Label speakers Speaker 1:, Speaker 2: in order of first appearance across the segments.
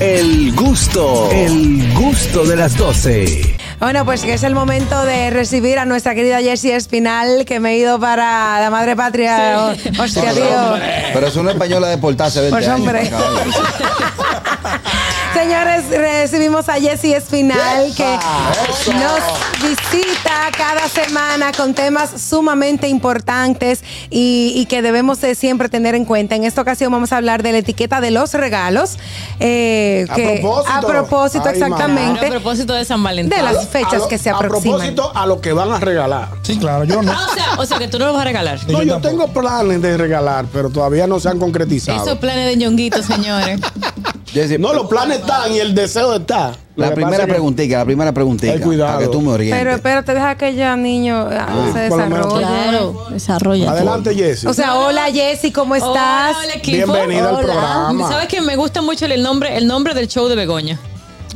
Speaker 1: El gusto, el gusto de las 12.
Speaker 2: Bueno, pues que es el momento de recibir a nuestra querida Jessie Espinal, que me he ido para la madre patria. O- Hostia, tío.
Speaker 3: Pero es una española de portarse 20
Speaker 2: Pues,
Speaker 3: años
Speaker 2: hombre.
Speaker 3: para acabarlo.
Speaker 2: Señores, recibimos a Jessie Espinal, que nos visita cada semana con temas sumamente importantes y, y que debemos de siempre tener en cuenta. En esta ocasión vamos a hablar de la etiqueta de los regalos. eh,
Speaker 4: A
Speaker 2: que-
Speaker 4: propósito.
Speaker 2: a propósito,
Speaker 4: Ay, mamá.
Speaker 5: Claro,
Speaker 2: exactamente.
Speaker 5: a propósito de San Valentín. Ah,
Speaker 2: De
Speaker 4: A lo-
Speaker 2: las fechas
Speaker 4: a lo-
Speaker 2: que se
Speaker 4: A
Speaker 2: aproximan.
Speaker 4: propósito, a lo que van a regalar.
Speaker 6: Sí, claro, yo no.
Speaker 5: Ah, o sea, o sea, que tú no lo vas a regalar.
Speaker 6: Ni
Speaker 4: No, yo
Speaker 6: tampoco.
Speaker 4: tengo planes de regalar, pero todavía no se han concretizado.
Speaker 5: Esos planes de ñonguito, señores.
Speaker 3: Jessy,
Speaker 4: no, los planes están y el deseo está. Lo
Speaker 3: La
Speaker 4: que
Speaker 3: primera
Speaker 4: pasa es que-
Speaker 3: preguntita, la primera preguntita.
Speaker 4: Ay, cuidado.
Speaker 3: Para que tú me orientes.
Speaker 2: Pero espérate, deja que ya niño ah, se
Speaker 4: por lo menos
Speaker 2: desarrolle.
Speaker 5: Claro, desarrolla.
Speaker 4: Adelante, Jessy.
Speaker 2: O sea, hola Jessy, ¿cómo
Speaker 5: Hola,
Speaker 2: Pues estás?
Speaker 5: hola, equipo.
Speaker 4: Bienvenida al
Speaker 5: Hola.
Speaker 4: programa.
Speaker 5: Sabes que me gusta mucho el nombre, el nombre del show de Begoña.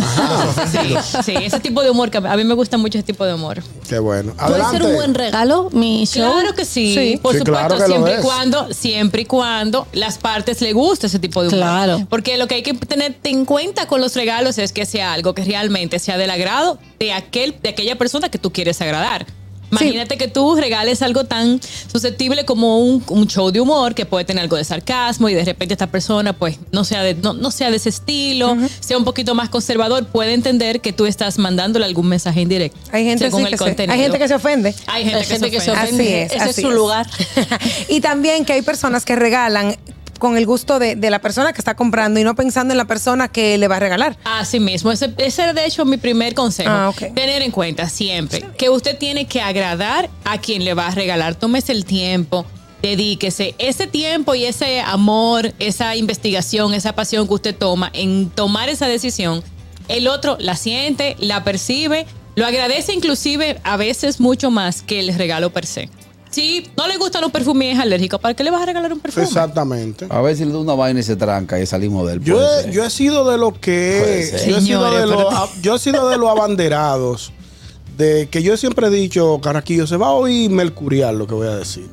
Speaker 4: Ah.
Speaker 5: Sí, sí, ese tipo de humor, que a mí me gusta mucho ese tipo de humor.
Speaker 4: Qué bueno.
Speaker 7: ¿Puede
Speaker 4: Adelante.
Speaker 7: ser un buen regalo mi show?
Speaker 5: Claro que sí, por
Speaker 4: Sí,
Speaker 5: supuesto,
Speaker 4: claro que lo
Speaker 5: siempre y
Speaker 4: es.
Speaker 5: cuando, siempre y cuando las partes le gusta ese tipo de humor.
Speaker 7: Claro.
Speaker 5: Porque lo que hay que tener en cuenta con los regalos es que sea algo que realmente sea del agrado de aquel, de aquella persona que tú quieres agradar. Imagínate que tú regales algo tan susceptible como un, un show de humor que puede tener algo de sarcasmo y de repente esta persona pues no sea de, no, no sea de ese estilo, sea un poquito más conservador, puede entender que tú estás mandándole algún mensaje indirecto.
Speaker 2: Hay gente,
Speaker 5: según
Speaker 2: sí
Speaker 5: el
Speaker 2: que se,
Speaker 5: contenido.
Speaker 2: hay gente que se ofende.
Speaker 5: Hay gente,
Speaker 7: Hay gente
Speaker 5: que se ofende.
Speaker 2: Así es.
Speaker 7: Ese es
Speaker 2: así
Speaker 7: su lugar.
Speaker 2: y también que hay personas que regalan con el gusto de, de la persona que está comprando y no pensando en la persona que le va a regalar.
Speaker 5: Así mismo, ese, ese era de hecho mi primer consejo.
Speaker 2: Ah, ok.
Speaker 5: Tener en cuenta siempre que usted tiene que agradar a quien le va a regalar. Tómese el tiempo, dedíquese ese tiempo y ese amor, esa investigación, esa pasión que usted toma en tomar esa decisión. El otro la siente, la percibe, lo agradece inclusive a veces mucho más que el regalo per se. Si no le gustan los perfumes y es alérgico, ¿para qué le vas a regalar un perfume?
Speaker 4: Exactamente.
Speaker 3: A ver si le da una vaina y se tranca y salimos del
Speaker 4: Yo
Speaker 3: Ah, puede
Speaker 4: he,
Speaker 3: ser.
Speaker 4: yo he sido de los
Speaker 3: Puede
Speaker 4: que.
Speaker 3: ser.
Speaker 4: Yo he, sido
Speaker 5: Señores,
Speaker 4: de los,
Speaker 5: pero-
Speaker 4: yo he sido de los abanderados. De que yo siempre he dicho, Carraquillo, se va a oír mercurial lo que voy a decir.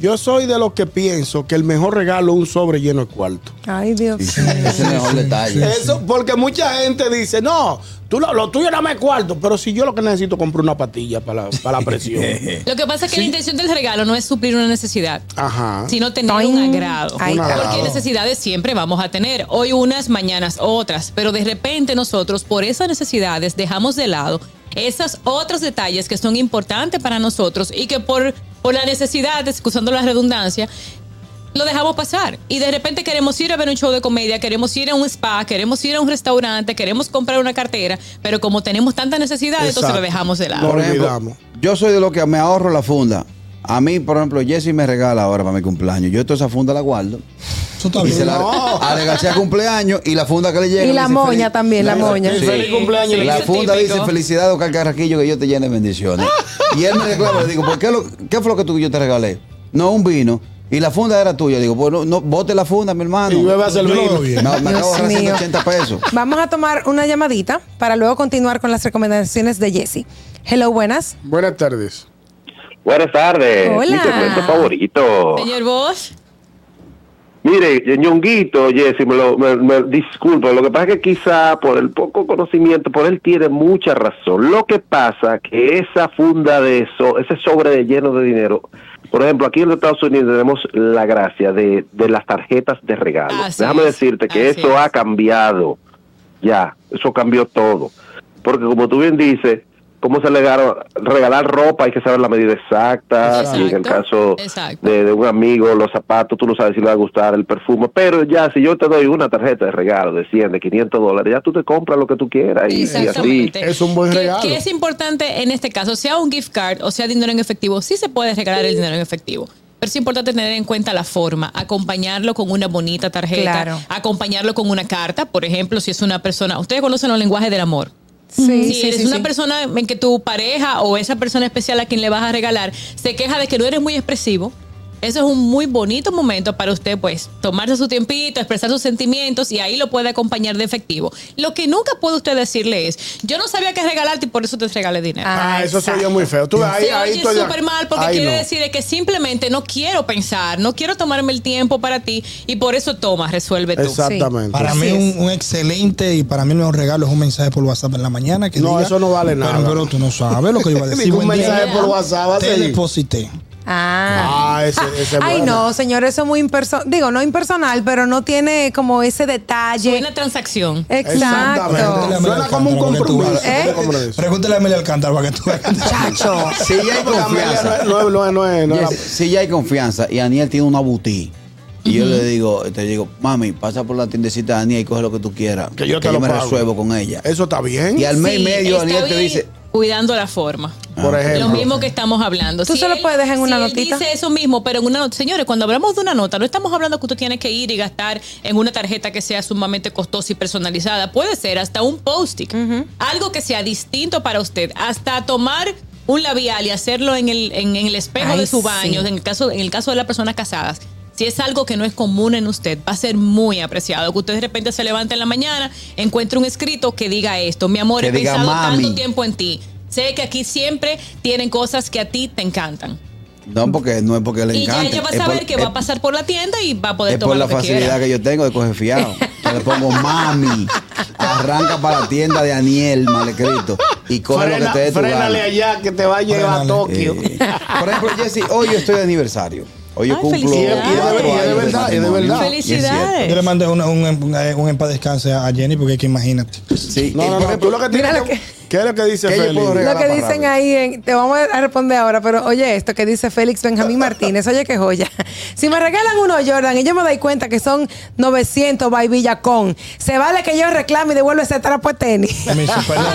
Speaker 4: Yo soy de los que pienso que el mejor regalo es un sobre lleno de cuarto.
Speaker 2: Ay, Dios.
Speaker 3: Sí, sí, ese es el mejor detalle.
Speaker 4: Eso, porque mucha gente dice, no, tú lo, lo tuyo no me cuarto, pero si yo lo que necesito es comprar una patilla para la, para la presión.
Speaker 5: Lo que pasa es que la intención del regalo no es suplir una necesidad.
Speaker 4: Ajá.
Speaker 5: sino tener
Speaker 2: Toin.
Speaker 5: un agrado.
Speaker 2: Ahí está.
Speaker 5: Porque necesidades siempre vamos a tener, hoy unas, mañanas otras, pero de repente nosotros por esas necesidades dejamos de lado esos otros detalles que son importantes para nosotros y que por, por la necesidad, excusando la redundancia, lo dejamos pasar. Y de repente queremos ir a ver un show de comedia, queremos ir a un spa, queremos ir a un restaurante, queremos comprar una cartera, pero como tenemos tanta necesidad, entonces
Speaker 4: Exacto.
Speaker 5: lo dejamos de lado.
Speaker 4: No.
Speaker 3: Por ejemplo,
Speaker 4: olvidamos.
Speaker 3: yo soy de los que me ahorro la funda. A mí, por ejemplo, Jessy me regala ahora para mi cumpleaños. Yo toda esa funda la guardo.
Speaker 6: Eso está
Speaker 3: Y se
Speaker 6: bien.
Speaker 3: la
Speaker 4: No.
Speaker 3: a desgraciar cumpleaños y la funda que le llega.
Speaker 2: Y
Speaker 3: le
Speaker 2: la
Speaker 3: dice,
Speaker 2: moña
Speaker 3: "Feliz-
Speaker 2: también, la
Speaker 3: le dice,
Speaker 2: moña.
Speaker 3: "Sí".
Speaker 4: Feliz cumpleaños, le
Speaker 3: La
Speaker 5: dice.
Speaker 3: funda
Speaker 5: Típico.
Speaker 3: dice felicidad, Oscar Carraquillo, que yo te llene de bendiciones. y él me reclama, le digo, ¿por qué, lo- qué fue lo que tú, yo te regalé? No, un vino. Y la funda era tuya. Digo, bueno, no, bote la funda, mi hermano.
Speaker 4: Y bebe a
Speaker 6: Yo lo veo
Speaker 4: servir.
Speaker 3: me,
Speaker 6: bien.
Speaker 3: me acabo de
Speaker 2: Dios
Speaker 3: ahorrar
Speaker 2: mío.
Speaker 3: 180 pesos.
Speaker 2: Vamos a tomar una llamadita para luego continuar con las recomendaciones de Jessie. Hello, buenas.
Speaker 4: Buenas tardes.
Speaker 8: Buenas tardes.
Speaker 2: Hola.
Speaker 8: Mi segmento favorito.
Speaker 5: Señor Vos,
Speaker 8: Mire, ñonguito, Jesse, me lo, me, me- disculpa, lo que pasa es que quizá por el poco conocimiento, por él tiene mucha razón. Lo que pasa que esa funda de eso, ese sobre de lleno de dinero, por ejemplo, aquí en los Estados Unidos tenemos la gracia de, de las tarjetas de regalo.
Speaker 5: Así
Speaker 8: Déjame
Speaker 5: es,
Speaker 8: decirte que
Speaker 5: así
Speaker 8: eso
Speaker 5: es.
Speaker 8: ha cambiado. Ya, eso cambió todo. Porque como tú bien dices, cómo se le regalar, regalar ropa, hay que saber la medida exacta,
Speaker 5: Exacto,
Speaker 8: y en el caso
Speaker 5: exacto.
Speaker 8: de, de un amigo, los zapatos, tú no sabes si le va a gustar el perfume, pero ya si yo te doy una tarjeta de regalo de 100, de 500 dólares, ya tú te compras lo que tú quieras y, y así.
Speaker 5: Exactamente.
Speaker 4: Es un buen
Speaker 5: Que-
Speaker 4: regalo.
Speaker 5: Que es importante en este caso, sea un gift card o sea dinero en efectivo, sí se puede regalar el dinero en efectivo. Pero es importante tener en cuenta la forma, acompañarlo con una bonita tarjeta,
Speaker 2: Claro.
Speaker 5: acompañarlo con una carta, por ejemplo, si es una persona, ustedes conocen los lenguajes del amor.
Speaker 2: Sí,
Speaker 5: si eres una persona en que tu pareja o esa persona especial a quien le vas a regalar se queja de que no eres muy expresivo, Eso es un muy bonito momento para usted, pues, tomarse su tiempito, expresar sus sentimientos y ahí lo puede acompañar de efectivo. Lo que nunca puede usted decirle es, yo no sabía qué regalarte y por eso te regalé dinero.
Speaker 4: Ah, eso se oye muy feo. Tú, ahí,
Speaker 5: Se
Speaker 4: ahí
Speaker 5: oye
Speaker 4: estoy de-
Speaker 5: súper mal porque
Speaker 4: ahí
Speaker 5: quiere
Speaker 4: no.
Speaker 5: decir que simplemente no quiero pensar, no quiero tomarme el tiempo para ti y por eso toma, resuelve tú.
Speaker 4: Exactamente.
Speaker 6: Para
Speaker 2: Así
Speaker 6: mí un,
Speaker 2: es.
Speaker 6: un excelente y para mí el mejor regalo es un mensaje por WhatsApp en la mañana que
Speaker 4: No,
Speaker 6: diga,
Speaker 4: eso no vale
Speaker 6: "Pero,
Speaker 4: nada".
Speaker 6: Pero tú no sabes lo que yo iba a decir.
Speaker 4: Ningún
Speaker 6: buen día.
Speaker 4: mensaje por WhatsApp, va a
Speaker 6: Te
Speaker 4: seguir.
Speaker 6: deposité.
Speaker 2: Ah.
Speaker 4: Ah, ese, ese
Speaker 2: Ay,
Speaker 4: bueno.
Speaker 2: no, señor, eso es muy impersonal. Digo, no impersonal, pero no tiene como ese detalle.
Speaker 5: Buena transacción.
Speaker 2: Exacto.
Speaker 6: Exactamente.
Speaker 4: Suena como un
Speaker 6: Porque tú-
Speaker 4: compromiso.
Speaker 2: ¿Eh?
Speaker 4: un compromiso.
Speaker 6: Pregúntale a Amelia Alcántara para que tú veas.
Speaker 3: Si ya hay
Speaker 4: Porque Amelia
Speaker 3: confianza.
Speaker 4: No, es- no, es- no, es- no, es
Speaker 3: Yes, si ya hay confianza y Aniel tiene una boutique. Y yo le digo, te digo, mami, pasa por la tiendecita de Aniel y coge lo que tú quieras.
Speaker 4: Que yo te lo
Speaker 3: me
Speaker 4: pago. Eh,
Speaker 3: resuelvo con ella.
Speaker 4: la- Eso está bien.
Speaker 3: Y al mes y
Speaker 5: Sí,
Speaker 3: medio
Speaker 5: está
Speaker 3: Aniel te
Speaker 5: bien
Speaker 3: dice,
Speaker 5: Cuidando la forma.
Speaker 3: Ah,
Speaker 4: Por
Speaker 5: Lo
Speaker 4: ejemplo.
Speaker 5: mismo que estamos hablando.
Speaker 2: Tú se lo puedes dejar en
Speaker 5: si
Speaker 2: una
Speaker 5: él
Speaker 2: notita.
Speaker 5: dice eso mismo, pero en una nota. Señores, cuando hablamos de una nota, no estamos hablando que usted tiene que ir y gastar en una tarjeta que sea sumamente costosa y personalizada. Puede ser hasta un post-it. Algo que sea distinto para usted. Hasta tomar un labial y hacerlo en el, en, en el espejo
Speaker 2: Ay,
Speaker 5: de su
Speaker 2: sí.
Speaker 5: baño, en el caso, en el caso de las personas casadas, si es algo que no es común en usted, va a ser muy apreciado. Que usted de repente se levante en la mañana, encuentre un escrito que diga esto, mi amor,
Speaker 3: Que
Speaker 5: he
Speaker 3: diga,
Speaker 5: pensado tanto
Speaker 3: "Mami".
Speaker 5: tiempo en ti. Sé que aquí siempre tienen cosas que a ti te encantan.
Speaker 3: no, porque no es porque le
Speaker 5: y ya
Speaker 3: encanta.
Speaker 5: ella va a
Speaker 3: es por-
Speaker 5: saber que va
Speaker 3: es-
Speaker 5: a pasar por la tienda y va a poder
Speaker 3: Es
Speaker 5: tomar
Speaker 3: por la
Speaker 5: lo que
Speaker 3: facilidad
Speaker 5: quiera.
Speaker 3: que yo tengo de coger fiado. Yo le pongo, mami, arranca para la tienda de Aniel, malecrito, y coge lo
Speaker 4: Frena-
Speaker 3: que te dé tu
Speaker 4: frénale
Speaker 3: gana.
Speaker 4: allá que te va a llevar a
Speaker 6: Frénale.
Speaker 4: Tokio.
Speaker 3: Eh, por ejemplo, Jesse, hoy yo estoy de aniversario. Hoy yo
Speaker 5: Ay,
Speaker 3: cumplo.
Speaker 5: felicidades. Y es de-
Speaker 3: cuatro
Speaker 5: y es de
Speaker 3: años
Speaker 4: verdad, y es de
Speaker 3: matrimonio.
Speaker 4: verdad.
Speaker 3: Y es cierto.
Speaker 5: Felicidades.
Speaker 6: Yo le mandé una- un, un, eh, un en paz descanse a Jenny porque es que imagínate.
Speaker 3: Sí,
Speaker 4: No,
Speaker 3: eh,
Speaker 4: no,
Speaker 3: por
Speaker 4: no.
Speaker 3: ejemplo,
Speaker 4: Tú lo que
Speaker 2: Mira
Speaker 4: tienes
Speaker 2: lo
Speaker 4: que.
Speaker 2: que-
Speaker 4: ¿Qué es lo que dice
Speaker 3: ¿Qué yo
Speaker 4: Félix?
Speaker 3: puedo
Speaker 2: Lo
Speaker 3: regalar?
Speaker 2: que
Speaker 3: para
Speaker 2: dicen
Speaker 3: Rabbit.
Speaker 2: ahí, en- te vamos a responder ahora, pero oye esto que dice Félix Benjamín Martínez, oye qué joya. Si me regalan uno, Jordan, y yo me doy cuenta que son 900 by Villacón, se vale que yo reclame y devuelva ese trapo de tenis.
Speaker 6: Me hizo- perdón,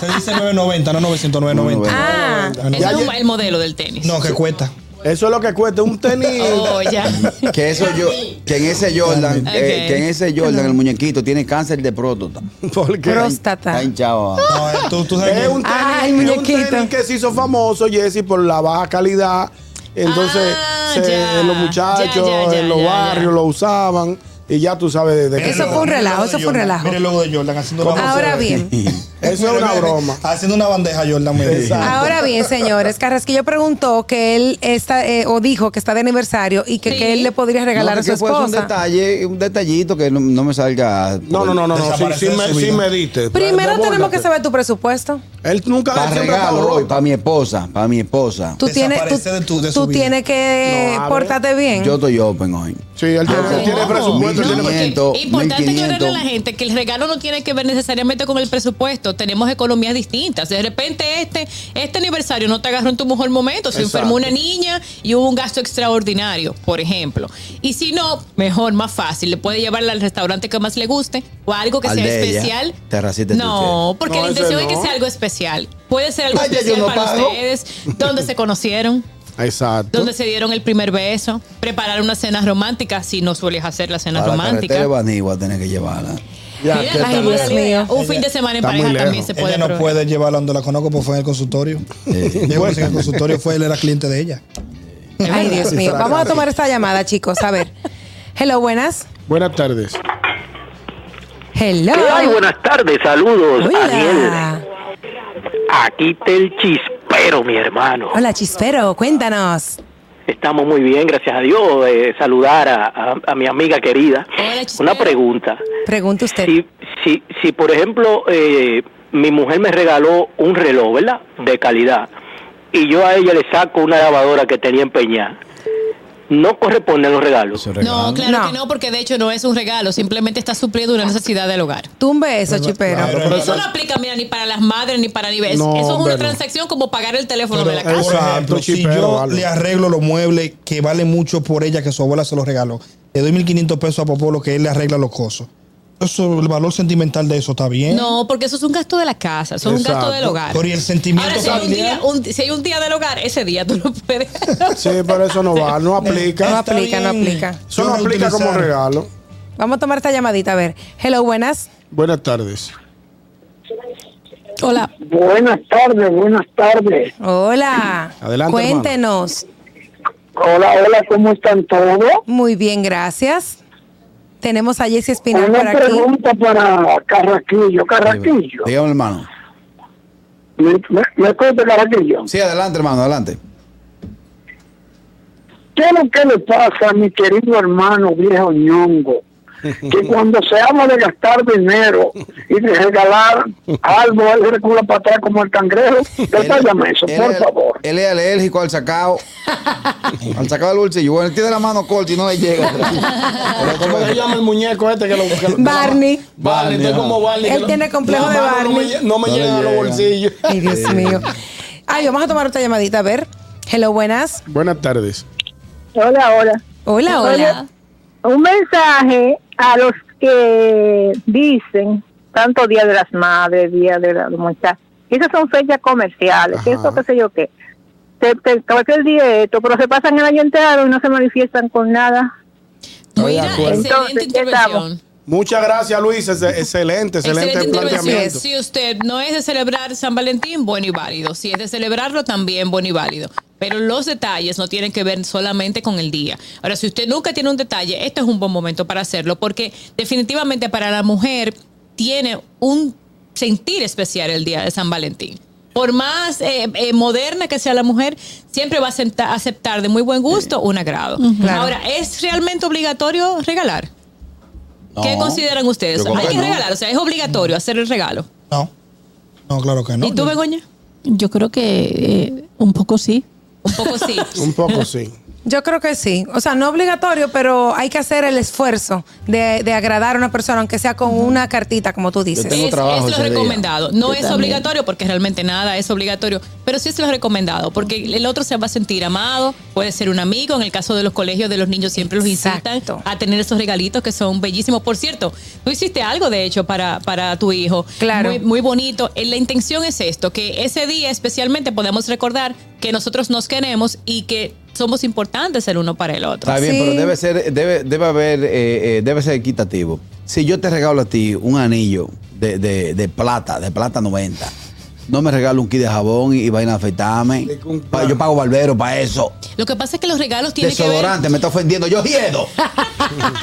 Speaker 6: se, se dice 990, no 900, 990.
Speaker 2: Ah,
Speaker 5: Ese
Speaker 4: Ya
Speaker 5: es un-
Speaker 4: lle-
Speaker 5: el modelo del tenis.
Speaker 6: No, que cuesta.
Speaker 4: Eso es lo que cuesta un tenis.
Speaker 5: Oh, ya.
Speaker 3: Ah. Que eso yo, que en ese Jordan,
Speaker 2: Ah.
Speaker 3: eh,
Speaker 5: Ok.
Speaker 3: que en ese Jordan, el muñequito tiene cáncer de próstata.
Speaker 4: Porque
Speaker 2: próstata.
Speaker 3: Está hinchado.
Speaker 6: No, eh, tú, tú sabes
Speaker 4: es
Speaker 6: que-
Speaker 4: un tenis,
Speaker 2: Ay,
Speaker 4: es un
Speaker 2: muñequito.
Speaker 4: tenis que se hizo famoso, Jesse, por la baja calidad. Entonces,
Speaker 5: Ah,
Speaker 4: se- eh,
Speaker 5: ya.
Speaker 4: los muchachos
Speaker 5: Ya, ya, ya,
Speaker 4: en los
Speaker 5: ya, ya.
Speaker 4: barrios lo usaban. Y ya tú sabes de, de qué
Speaker 6: Mira el
Speaker 2: Eso
Speaker 4: se
Speaker 6: logo,
Speaker 2: fue un
Speaker 6: mira el
Speaker 2: relajo,
Speaker 6: logo
Speaker 2: eso
Speaker 6: de
Speaker 2: fue un
Speaker 6: Jordan.
Speaker 2: relajo.
Speaker 6: Mira el logo de Jordan haciendo una
Speaker 4: ¿Cómo
Speaker 2: Ahora
Speaker 4: se ve?
Speaker 2: bien.
Speaker 4: Eso es una
Speaker 6: Mira, mira,
Speaker 4: broma.
Speaker 6: Haciendo una bandeja Jordan. me dice.
Speaker 4: Exacto.
Speaker 2: Ahora bien, señores, Carrasquillo preguntó que él está, eh, o dijo que está de aniversario y que,
Speaker 5: Sí.
Speaker 2: que él le podría regalar
Speaker 3: No,
Speaker 2: a su
Speaker 3: que puede ser un
Speaker 2: esposa.
Speaker 3: detalle, un detallito que no, no me salga.
Speaker 4: No, no, no, no, no. Sí,
Speaker 6: Desaparecer
Speaker 4: sí me,
Speaker 6: su
Speaker 4: sí
Speaker 6: vida.
Speaker 4: me diste.
Speaker 2: Primero
Speaker 4: Abórdate.
Speaker 2: tenemos que saber tu presupuesto.
Speaker 4: Él nunca
Speaker 3: Para
Speaker 4: él siempre
Speaker 3: regalo
Speaker 4: pagó.
Speaker 3: hoy, para mi esposa, para mi esposa.
Speaker 2: Tú tienes, tú,
Speaker 6: Desaparecer de tu- de su
Speaker 2: tú
Speaker 6: vida.
Speaker 2: tienes que
Speaker 4: No, a ver.
Speaker 2: portarte bien.
Speaker 3: Yo estoy open hoy.
Speaker 4: Sí, él tiene, él
Speaker 5: No,
Speaker 4: tiene
Speaker 5: no,
Speaker 4: presupuesto.
Speaker 5: porque
Speaker 3: mil
Speaker 4: tiene-
Speaker 3: quinientos. 1500,
Speaker 5: importante aclararle a la
Speaker 3: 1500.
Speaker 5: gente que el regalo no tiene que ver necesariamente con el presupuesto. Tenemos economías distintas. De repente este este aniversario no te agarró en tu mejor momento. Se
Speaker 4: Exacto.
Speaker 5: enfermó una niña y hubo un gasto extraordinario, por ejemplo. Y si no, mejor, más fácil. Le puede llevarla al restaurante que más le guste o algo que
Speaker 3: Al
Speaker 5: sea
Speaker 3: de ella,
Speaker 5: especial.
Speaker 3: terracita de
Speaker 5: no,
Speaker 3: ustedes.
Speaker 5: porque
Speaker 4: No,
Speaker 5: la
Speaker 4: ese
Speaker 5: intención es
Speaker 4: no.
Speaker 5: que sea algo especial. Puede ser algo
Speaker 3: Ay, ya yo
Speaker 5: especial
Speaker 3: no
Speaker 5: para
Speaker 3: pago.
Speaker 5: ustedes. ¿Dónde se conocieron?
Speaker 4: Exacto.
Speaker 5: donde se dieron el primer beso, preparar una cena romántica, si no sueles hacer la cena
Speaker 3: Para la carretera
Speaker 5: romántica.
Speaker 3: de Baní voy a tener que llevarla.
Speaker 4: Ya,
Speaker 5: Mira,
Speaker 4: que
Speaker 5: ay,
Speaker 4: está
Speaker 5: Dios
Speaker 4: lejos.
Speaker 5: mío, un
Speaker 6: Ella-
Speaker 5: fin de semana en
Speaker 4: está muy
Speaker 5: pareja también
Speaker 4: lejos.
Speaker 5: se puede.
Speaker 6: Ella no
Speaker 5: probar.
Speaker 6: puede llevarla donde la conozco porque fue en el consultorio. Digo, porque en el consultorio fue, él era cliente de ella.
Speaker 2: Ay, Dios mío. Vamos a tomar esta llamada, chicos. A ver. Hello, buenas.
Speaker 4: Buenas tardes.
Speaker 2: Hello.
Speaker 9: ¿Qué hay? Buenas tardes, saludos, Daniel.
Speaker 2: Hola.
Speaker 9: Aquí está el chispero, mi hermano.
Speaker 2: Hola, Chispero. Cuéntanos.
Speaker 9: Estamos muy bien, gracias a Dios. eh, saludar a, a- a mi amiga querida.
Speaker 5: Hola, chispero.
Speaker 9: Una pregunta.
Speaker 2: Pregunta usted.
Speaker 9: Si, si, si por ejemplo, eh, mi mujer me regaló un reloj, ¿verdad? De calidad. Y yo a ella le saco una lavadora que tenía empeñada. No corresponden los regalos.
Speaker 5: No, claro
Speaker 2: No.
Speaker 5: que no, porque de hecho no es un regalo, simplemente está supliendo una necesidad del hogar.
Speaker 2: Tumbe eso, Chispero.
Speaker 6: Pero
Speaker 5: Eso no aplica, mira, ni para las madres ni para ni Eso
Speaker 4: No,
Speaker 5: es una
Speaker 4: hombre, no.
Speaker 5: transacción como pagar el teléfono de la
Speaker 6: Pero,
Speaker 5: casa.
Speaker 6: por
Speaker 4: casa.
Speaker 6: ejemplo, si
Speaker 4: Chipero,
Speaker 6: yo
Speaker 4: algo.
Speaker 6: le arreglo los muebles que valen mucho por ella, que su abuela se los regaló, le doy 1.500 pesos a Popolo que él le arregla los cosos. Eso, el valor sentimental de eso está bien.
Speaker 5: No, porque eso es un gasto de la casa, eso es un gasto
Speaker 4: ¿eh? Exacto.
Speaker 5: del hogar.
Speaker 6: Pero y el sentimiento
Speaker 5: Ahora, si hay, un
Speaker 6: familiar.
Speaker 5: día, un- si hay un día del hogar, ese día tú no puedes.
Speaker 4: Sí, pero eso no va, no
Speaker 2: No
Speaker 4: aplica.
Speaker 6: Está
Speaker 2: aplica, no
Speaker 6: bien.
Speaker 2: aplica.
Speaker 4: Eso no
Speaker 6: Yo
Speaker 4: aplica como
Speaker 6: reutilizar.
Speaker 4: regalo.
Speaker 2: Vamos a tomar esta llamadita, a ver. Hello, buenas.
Speaker 4: Buenas tardes.
Speaker 7: Hola.
Speaker 9: Buenas tardes, buenas tardes.
Speaker 2: Hola.
Speaker 4: Adelante,
Speaker 2: Cuéntenos.
Speaker 10: Hola, hola, ¿cómo están todos?
Speaker 2: Muy bien, gracias. Tenemos a Jessy Espinal por
Speaker 10: Una
Speaker 2: aquí.
Speaker 10: pregunta para Carraquillo. Carraquillo,
Speaker 3: Dígame, hermano.
Speaker 10: ¿me, me, me escucha, Carraquillo?
Speaker 3: Sí, adelante, hermano, adelante.
Speaker 10: ¿Qué es lo que le pasa a mi querido hermano viejo ñongo? Que cuando se habla de gastar dinero y de regalar algo, él recula para atrás como el cangrejo. Detallame eso,
Speaker 3: Él
Speaker 10: por
Speaker 3: es-
Speaker 10: favor.
Speaker 3: Él es alérgico al sacao. al sacao del bolsillo. Bueno, él tiene la mano corta y no le llega. Pero
Speaker 4: ¿Cómo se llama el muñeco este que lo... que lo-
Speaker 2: Barney.
Speaker 4: Barney, estoy como Barney.
Speaker 2: Él
Speaker 4: que la-
Speaker 2: tiene complejo
Speaker 4: la
Speaker 2: de
Speaker 4: mano
Speaker 2: Barney.
Speaker 4: No
Speaker 3: No
Speaker 4: me, no
Speaker 3: le
Speaker 4: me llegan a los
Speaker 3: llega.
Speaker 4: bolsillos.
Speaker 2: Ay, Dios mío. Ay, vamos a tomar otra llamadita, a ver. Hello, buenas.
Speaker 4: Buenas tardes.
Speaker 11: Hola, hola.
Speaker 2: Hola, hola.
Speaker 11: Un mensaje a los que dicen, tanto Día de las Madres, Día de las Muchachas, esas son fechas comerciales, que eso qué sé yo qué. Te, te, cualquier día esto, pero se pasan el año entero y no se manifiestan con nada.
Speaker 4: Estoy de
Speaker 5: Mira,
Speaker 4: acuerdo.
Speaker 5: excelente
Speaker 11: Entonces, ¿qué
Speaker 5: intervención.
Speaker 11: estamos?
Speaker 4: Muchas gracias, Luis. Ex- Excelente, excelente,
Speaker 5: Excelente intervención.
Speaker 4: planteamiento.
Speaker 5: Si usted no es de celebrar San Valentín, bueno y válido. Si es de celebrarlo, también bueno y válido. Pero los detalles no tienen que ver solamente con el día. Ahora, si usted nunca tiene un detalle, este es un buen momento para hacerlo, porque definitivamente para la mujer tiene un sentir especial el día de San Valentín. Por más eh, eh, moderna que sea la mujer, siempre va a acepta- aceptar de muy buen gusto un agrado.
Speaker 2: Claro.
Speaker 5: Ahora, ¿es realmente obligatorio regalar? ¿Qué
Speaker 3: No.
Speaker 5: consideran ustedes?
Speaker 3: Yo creo
Speaker 5: Hay que
Speaker 3: no.
Speaker 5: regalar, o sea, es obligatorio hacer el regalo.
Speaker 6: No. No, claro que no.
Speaker 5: ¿Y tú, Begoña?
Speaker 7: Yo creo que eh, un poco sí.
Speaker 5: Un poco sí.
Speaker 4: Un poco, sí.
Speaker 2: Yo creo que sí. O sea, no obligatorio, pero hay que hacer el esfuerzo de, de agradar a una persona, aunque sea con una cartita, como tú dices.
Speaker 3: Yo tengo
Speaker 5: Es,
Speaker 3: trabajo
Speaker 5: es lo
Speaker 3: ese día.
Speaker 5: recomendado. No
Speaker 7: Yo
Speaker 5: es
Speaker 7: también.
Speaker 5: obligatorio porque realmente nada es obligatorio, pero sí es lo recomendado porque el otro se va a sentir amado, puede ser un amigo. En el caso de los colegios de los niños siempre los incitan
Speaker 2: Exacto.
Speaker 5: a tener esos regalitos que son bellísimos. Por cierto, tú hiciste algo de hecho para, para tu hijo.
Speaker 2: Claro.
Speaker 5: Muy, muy bonito. Eh, La intención es esto, que ese día especialmente podemos recordar que nosotros nos queremos y que somos importantes el uno para el otro.
Speaker 3: Está bien,
Speaker 2: Sí.
Speaker 3: pero debe ser, debe, debe haber, eh, eh, debe ser equitativo. Si yo te regalo a ti un anillo de, de- de plata, de plata 90, no me regalo un kit de jabón y, y vaina a afeitarme.
Speaker 4: De un
Speaker 3: Pa- yo pago barbero para eso.
Speaker 5: Lo que pasa es que los regalos tienen que ver...
Speaker 3: Desodorante, me está ofendiendo. Yo hiedo.
Speaker 5: Los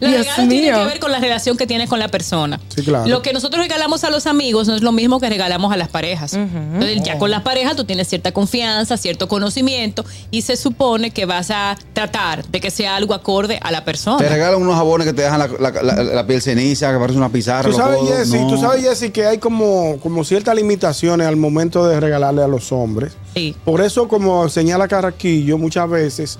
Speaker 2: Dios
Speaker 5: regalos tienen
Speaker 2: mío.
Speaker 5: que ver con la relación que tienes con la persona.
Speaker 4: Sí, claro.
Speaker 5: Lo que nosotros regalamos a los amigos no es lo mismo que regalamos a las parejas. Entonces, ya
Speaker 4: Oh.
Speaker 5: con las parejas tú tienes cierta confianza, cierto conocimiento y se supone que vas a tratar de que sea algo acorde a la
Speaker 3: Te
Speaker 5: persona.
Speaker 3: regalan unos jabones que te dejan la, la- la- la piel ceniza, que parece una pizarra.
Speaker 4: Tú
Speaker 3: los
Speaker 4: sabes,
Speaker 3: codos,
Speaker 4: Jessy,
Speaker 3: no.
Speaker 4: tú sabes, Jessy, que hay como, como ciertas limitaciones al momento de regalarle a los hombres.
Speaker 5: Sí.
Speaker 4: Por eso, como señala Carraquillo, muchas veces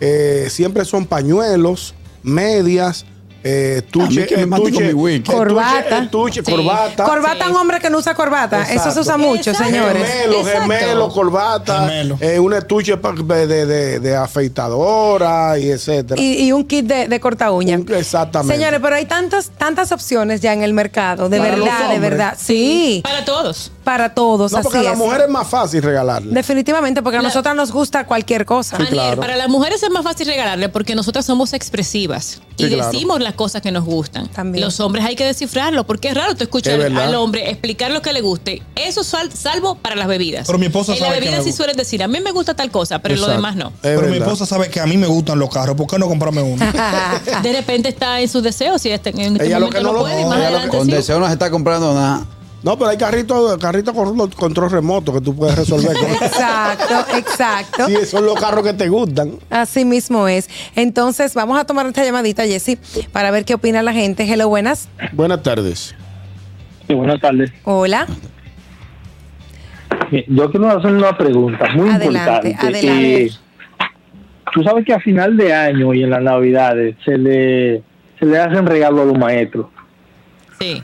Speaker 4: eh, siempre son pañuelos, medias, eh,
Speaker 3: A
Speaker 4: estuche,
Speaker 3: mí que me mate con mi wiki.
Speaker 4: estuche-
Speaker 2: Corbata.
Speaker 4: estuche,
Speaker 5: Sí.
Speaker 4: eh, corbata.
Speaker 2: Corbata,
Speaker 5: Sí.
Speaker 2: un hombre que no usa corbata. Eso se usa
Speaker 4: Exacto.
Speaker 2: mucho,
Speaker 5: Exacto.
Speaker 2: señores.
Speaker 4: Gemelo,
Speaker 5: Exacto.
Speaker 4: gemelo, corbata,
Speaker 6: Gemelo.
Speaker 4: eh, un estuche pa- de, de- de- de afeitadora y etcétera.
Speaker 2: Y, y un kit de, de corta uña.
Speaker 4: Un- exactamente.
Speaker 2: Señores, pero hay tantas, tantas opciones ya en el mercado. De
Speaker 4: Para los
Speaker 2: verdad, de
Speaker 4: hombres.
Speaker 2: verdad. Sí,
Speaker 5: Para todos.
Speaker 2: para todos.
Speaker 4: no,
Speaker 2: pues, así
Speaker 4: porque a la
Speaker 2: es.
Speaker 4: mujer es más fácil regalarle.
Speaker 2: Definitivamente, porque a
Speaker 5: La-
Speaker 2: nosotras nos gusta cualquier cosa.
Speaker 5: Aniel,
Speaker 4: claro.
Speaker 5: para las mujeres es más fácil regalarle porque nosotras somos expresivas y
Speaker 4: Sí, claro.
Speaker 5: decimos las cosas que nos gustan.
Speaker 2: También.
Speaker 5: Los hombres hay que descifrarlo porque es raro tú escuchar
Speaker 4: Es verdad.
Speaker 5: al hombre explicar lo que le guste. Eso sal- salvo para las bebidas.
Speaker 6: Pero mi esposa
Speaker 5: en
Speaker 6: sabe
Speaker 5: las
Speaker 6: que
Speaker 5: bebidas
Speaker 6: me
Speaker 5: sí
Speaker 6: gusta.
Speaker 5: suelen decir, a mí me gusta tal cosa, pero en lo
Speaker 4: Exacto.
Speaker 5: demás no.
Speaker 4: Es
Speaker 6: Pero mi
Speaker 4: verdad.
Speaker 6: esposa sabe que a mí me gustan los carros. ¿Por qué no comprarme uno?
Speaker 5: De repente está en sus deseos y este- en este
Speaker 4: Ella lo
Speaker 5: momento
Speaker 4: que
Speaker 5: no,
Speaker 4: no lo-
Speaker 5: puede y más
Speaker 4: ella lo que-
Speaker 5: adelante
Speaker 3: Con
Speaker 5: sí.
Speaker 3: deseo no se está comprando nada.
Speaker 4: No, pero hay carritos carrito con lo- control remoto que tú puedes resolver. con-
Speaker 2: Exacto, exacto.
Speaker 4: Sí, son los carros que te gustan.
Speaker 2: Así mismo es. Entonces, vamos a tomar esta llamadita, Jessy, para ver qué opina la gente. Hello, buenas.
Speaker 4: Buenas tardes.
Speaker 9: Sí, buenas tardes.
Speaker 2: Hola.
Speaker 9: Eh, Yo quiero hacer una pregunta muy
Speaker 2: Adelante,
Speaker 9: importante.
Speaker 2: adelante.
Speaker 9: Eh, tú sabes que a final de año y en las navidades se le, se le hacen regalo a los maestros.
Speaker 5: Sí.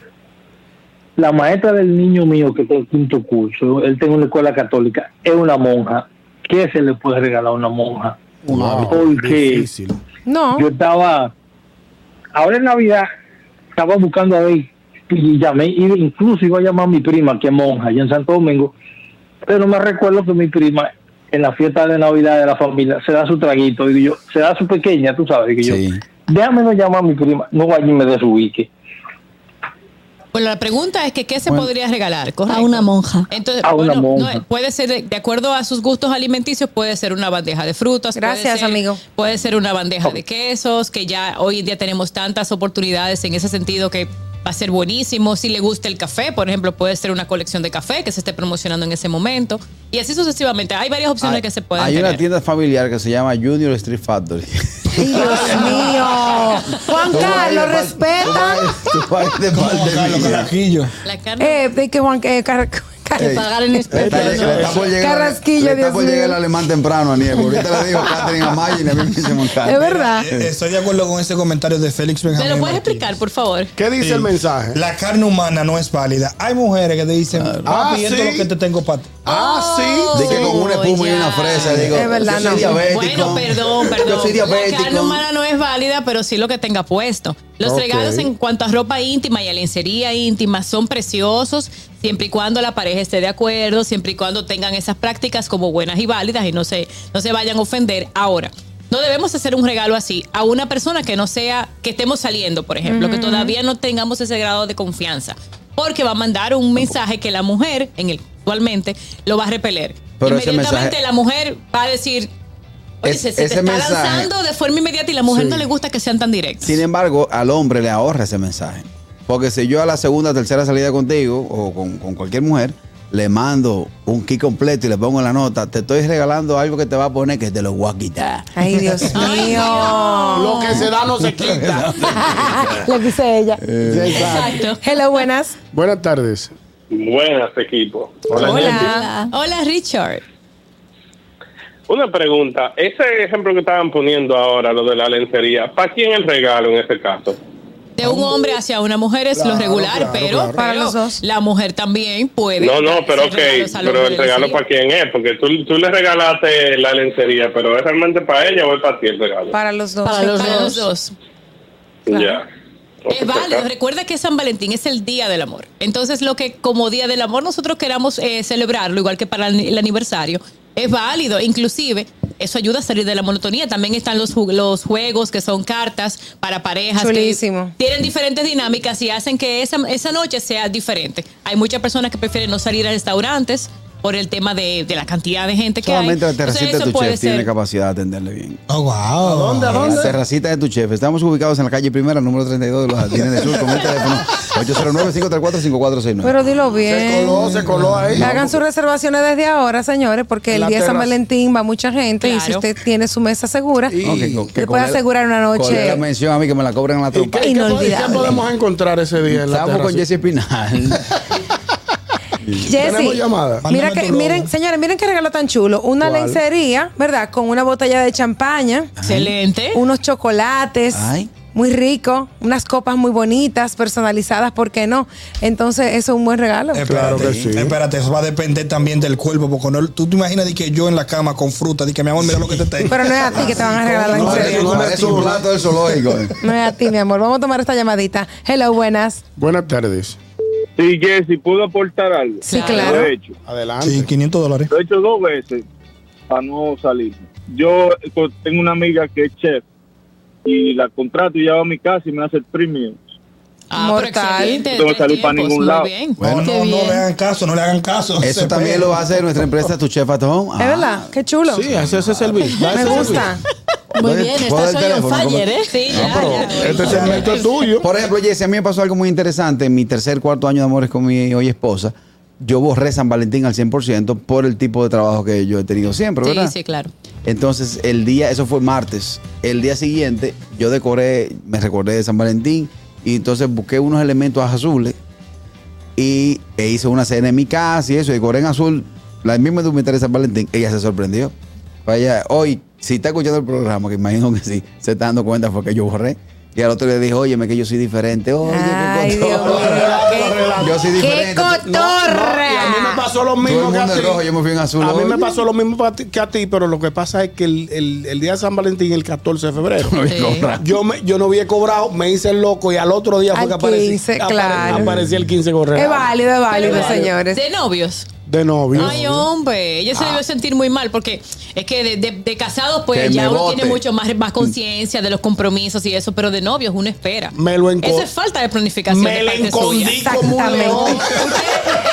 Speaker 9: La maestra del niño mío que está en quinto curso, él tiene una escuela católica, es una monja. ¿Qué se le puede regalar a una monja? Porque
Speaker 4: difícil.
Speaker 2: No.
Speaker 9: yo estaba, ahora en Navidad, estaba buscando a ver, y llamé, y incluso iba a llamar a mi prima, que es monja, allá en Santo Domingo, pero me recuerdo que mi prima, en la fiesta de Navidad de la familia, se da su traguito, y yo, se da su pequeña, tú sabes, que
Speaker 3: Sí.
Speaker 9: yo, déjame no llamar a mi prima, no vaya y me desubique.
Speaker 5: Bueno, Pues la pregunta es que qué se
Speaker 7: Bueno.
Speaker 5: podría regalar, ¿correcto?
Speaker 7: A una monja.
Speaker 5: Entonces,
Speaker 7: A una
Speaker 5: bueno,
Speaker 7: monja.
Speaker 5: no, puede ser de- de acuerdo a sus gustos alimenticios, puede ser una bandeja de frutas.
Speaker 2: Gracias,
Speaker 5: amigo. Puede ser una bandeja de quesos, que ya hoy en día tenemos tantas oportunidades en ese sentido que va a ser buenísimo. Si le gusta el café, por ejemplo, puede ser una colección de café que se esté promocionando en ese momento. Y así sucesivamente. Hay varias opciones
Speaker 3: Hay-
Speaker 5: que se pueden
Speaker 3: Hay
Speaker 5: tener.
Speaker 3: una tienda familiar que se llama Junior Street Factory.
Speaker 2: Dios mío. Juan
Speaker 3: Tú vas a ir
Speaker 2: Carlos,
Speaker 3: de pal-
Speaker 2: respeta.
Speaker 3: Tú vas a ir de pal de milla.
Speaker 2: Eh, de que Juan eh, Car- Car-
Speaker 3: Ey, le está- le está por llegar- le
Speaker 2: Carrasquillo,
Speaker 3: está
Speaker 2: Dios
Speaker 3: por llegar el
Speaker 2: mío.
Speaker 3: alemán temprano a Nieve. Ahorita le digo Catherine Amaya y a mí me dice montar.
Speaker 2: Es verdad.
Speaker 6: Eh, Estoy de acuerdo con ese comentario de Félix
Speaker 5: ¿Me
Speaker 6: Benjamín.
Speaker 5: lo puedes
Speaker 6: Martínez.
Speaker 5: explicar, por favor?
Speaker 4: ¿Qué dice
Speaker 6: Sí.
Speaker 4: el mensaje?
Speaker 6: La carne humana no es válida. Hay mujeres que te dicen,
Speaker 2: Ah,
Speaker 6: papi, esto es lo que te tengo para ti.
Speaker 4: Ah,
Speaker 2: Oh.
Speaker 5: sí.
Speaker 3: Dije con una espuma y una fresa. Digo,
Speaker 5: Es verdad,
Speaker 3: yo soy
Speaker 5: no.
Speaker 3: diabético.
Speaker 5: Bueno, perdón, perdón.
Speaker 3: Yo soy
Speaker 5: La carne
Speaker 3: diabético.
Speaker 5: humana no es válida, pero sí lo que tenga puesto. Los
Speaker 3: Ok.
Speaker 5: regalos en cuanto a ropa íntima y a lencería íntima son preciosos siempre y cuando la pareja esté de acuerdo, siempre y cuando tengan esas prácticas como buenas y válidas y no se, no se vayan a ofender. Ahora, no debemos hacer un regalo así a una persona que no sea, que estemos saliendo, por ejemplo, que
Speaker 12: Ujú.
Speaker 5: todavía no tengamos ese grado de confianza, porque va a mandar un mensaje que la mujer, en el actualmente, lo va a repeler.
Speaker 3: Pero ese
Speaker 5: Inmediatamente
Speaker 3: mensaje-
Speaker 5: la mujer va a decir, oye,
Speaker 3: Es-
Speaker 5: se, se te
Speaker 3: ese
Speaker 5: está
Speaker 3: mensaje-
Speaker 5: lanzando de forma inmediata y la mujer no le gusta que sean tan directos.
Speaker 3: Sin embargo, al hombre le ahorra ese mensaje. Porque si yo a la segunda, tercera salida contigo o con, con cualquier mujer, le mando un kit completo y le pongo en la nota, te estoy regalando algo que te va a poner que te lo voy a quitar.
Speaker 2: Ay, Dios mío.
Speaker 4: Lo que se da no se quita.
Speaker 2: Le dice ella.
Speaker 4: Exacto.
Speaker 2: Hello, buenas.
Speaker 4: Buenas tardes.
Speaker 13: Buenas, equipo.
Speaker 5: Hola. Hola, Richard.
Speaker 13: Una pregunta. Ese ejemplo que estaban poniendo ahora, lo de la lencería, ¿para quién el regalo en ese caso?
Speaker 5: De un hombre hacia una mujer es lo
Speaker 13: Claro,
Speaker 5: regular,
Speaker 13: claro,
Speaker 5: pero,
Speaker 13: claro.
Speaker 5: pero la mujer también puede.
Speaker 13: No, no, pero
Speaker 5: hacer
Speaker 13: ok,
Speaker 5: regalos al
Speaker 13: pero
Speaker 5: hombre
Speaker 13: el
Speaker 5: de
Speaker 13: regalo
Speaker 5: lencería.
Speaker 13: para quién es, porque tú, tú le regalaste la lencería, pero ¿es realmente para ella o es para ti el regalo?
Speaker 2: Para los dos.
Speaker 5: Para
Speaker 2: sí,
Speaker 5: los
Speaker 2: para
Speaker 5: dos.
Speaker 13: Ya.
Speaker 5: Es válido. Eh, Recuerda que San Valentín es el Día del Amor. Entonces, lo que como Día del Amor nosotros queramos eh, celebrarlo, igual que para el el aniversario, es válido. Inclusive, eso ayuda a salir de la monotonía. También están los, ju- los juegos que son cartas para parejas. que
Speaker 2: Chulísimo.
Speaker 5: tienen diferentes dinámicas y hacen que esa, esa noche sea diferente. Hay muchas personas que prefieren no salir a restaurantes por el tema de, de la cantidad de gente que
Speaker 3: Solamente
Speaker 5: hay.
Speaker 3: la terracita
Speaker 5: Entonces,
Speaker 3: de
Speaker 5: eso
Speaker 3: tu
Speaker 5: puede
Speaker 3: chef tiene
Speaker 5: ser.
Speaker 3: capacidad de atenderle bien.
Speaker 6: Oh, wow. ¿A
Speaker 3: dónde, La terracita de tu chef. Estamos ubicados en la calle primera, número 32 de los Jardines del Sur, con el teléfono 809-534-5469.
Speaker 2: Pero dilo bien.
Speaker 3: Se coló, se coló ahí.
Speaker 2: Hagan sus reservaciones desde ahora, señores, porque el
Speaker 3: La
Speaker 2: día de San
Speaker 3: terraza.
Speaker 2: Valentín va mucha gente y si usted tiene su mesa segura,
Speaker 3: No, que- que- que
Speaker 2: le
Speaker 3: con
Speaker 2: puede
Speaker 3: él-
Speaker 2: asegurar una
Speaker 3: con él
Speaker 2: noche.
Speaker 3: la mención a mí que me la cobran en la trompa.
Speaker 4: ¿Qué, ¿Qué podemos encontrar ese día en la
Speaker 3: Estamos con
Speaker 4: terraza?
Speaker 3: Jesse Espinal.
Speaker 2: Jessy,
Speaker 4: Tenemos llamada.
Speaker 2: mira
Speaker 4: Mándame
Speaker 2: que,
Speaker 4: tu logo.
Speaker 2: miren, señores, miren qué regalo tan chulo. Una
Speaker 4: ¿Cuál?
Speaker 2: lencería, ¿verdad? Con una botella de champaña.
Speaker 5: Excelente.
Speaker 2: Unos chocolates. Muy rico. Unas copas muy bonitas, personalizadas, ¿por qué no? Entonces, eso es un buen regalo.
Speaker 4: Eh.
Speaker 6: Espérate, espérate, eso va a depender también del cuerpo, porque no, tú te imaginas de que yo en la cama con fruta, de que mi amor, mira lo que te tengo.
Speaker 2: Pero no es a ti que te van a regalar la
Speaker 6: eh.
Speaker 2: lencería.
Speaker 3: Parece un plato del zoológico.
Speaker 2: No es a ti, mi amor. Vamos a tomar esta llamadita. Hello, buenas.
Speaker 4: Buenas tardes.
Speaker 14: Sí, Jesse, pudo aportar algo.
Speaker 2: Sí, claro.
Speaker 14: Lo he hecho.
Speaker 4: Adelante.
Speaker 6: Sí, 500 dólares.
Speaker 14: Lo he hecho dos veces para no salir. Yo eh, co- tengo una amiga que es chef y la contrato y llevo a mi casa y me hace el premium.
Speaker 5: Ah, Mortal.
Speaker 14: No tengo que salir para ningún lado.
Speaker 6: Bueno, no, no le hagan caso, no le hagan caso.
Speaker 3: Eso también lo hace nuestra empresa Tu Chef at Home.
Speaker 2: ¿Es verdad? Qué chulo.
Speaker 4: Ah, Sí, hace ese servicio. Da
Speaker 2: Me
Speaker 4: ese
Speaker 2: gusta.
Speaker 3: Muy bien, estás hoy on fire, ¿eh?
Speaker 5: Sí,
Speaker 4: Este segmento es tuyo.
Speaker 3: Por ejemplo, Jesse, a mí me pasó algo muy interesante. En mi tercer, cuarto año de amores con mi hoy esposa, yo borré San Valentín al 100% por el tipo de trabajo que yo he tenido siempre, ¿verdad?
Speaker 5: Sí, sí, claro.
Speaker 3: Entonces, el día, eso fue martes. El día siguiente, yo decoré, me recordé de San Valentín y entonces busqué unos elementos azules y e hice una cena en mi casa y eso. Y decoré en azul la misma indumentaria de San Valentín. Ella se sorprendió. Vaya, hoy, si está escuchando el programa, que imagino que sí, se está dando cuenta porque yo borré. Y al otro le dije, óyeme, que yo soy diferente. Oye, qué cotorra. Yo soy diferente.
Speaker 4: cotorra! a mí me pasó lo
Speaker 3: Todo el
Speaker 4: mismo que
Speaker 3: mundo
Speaker 4: a
Speaker 3: en
Speaker 4: ti.
Speaker 3: rojo, yo me fui en azul
Speaker 4: A mí
Speaker 3: hoy.
Speaker 4: me pasó lo mismo pa- que a ti, pero lo que pasa es que el, el- el día de San Valentín, el 14 de febrero,
Speaker 3: No había Sí. cobrado.
Speaker 4: yo, me, yo no había cobrado, me hice el loco y al otro día fue
Speaker 2: Al
Speaker 4: que aparecí.
Speaker 2: 15,
Speaker 4: apare-
Speaker 2: claro.
Speaker 4: aparecí el 15 con regalo.
Speaker 2: Es válido, es válido, señores.
Speaker 5: De novios.
Speaker 4: de novio.
Speaker 5: Ay, hombre, ella se debió sentir muy mal porque es que de, de- de casados, pues
Speaker 4: Que me
Speaker 5: ya uno
Speaker 4: bote.
Speaker 5: tiene mucho más, más conciencia de los compromisos y eso, pero de novios uno espera.
Speaker 4: Me lo enco-
Speaker 5: Eso es falta de planificación.
Speaker 4: Me
Speaker 5: de
Speaker 4: lo
Speaker 5: parte
Speaker 4: encondí
Speaker 5: suya.
Speaker 4: como un león.
Speaker 5: Usted el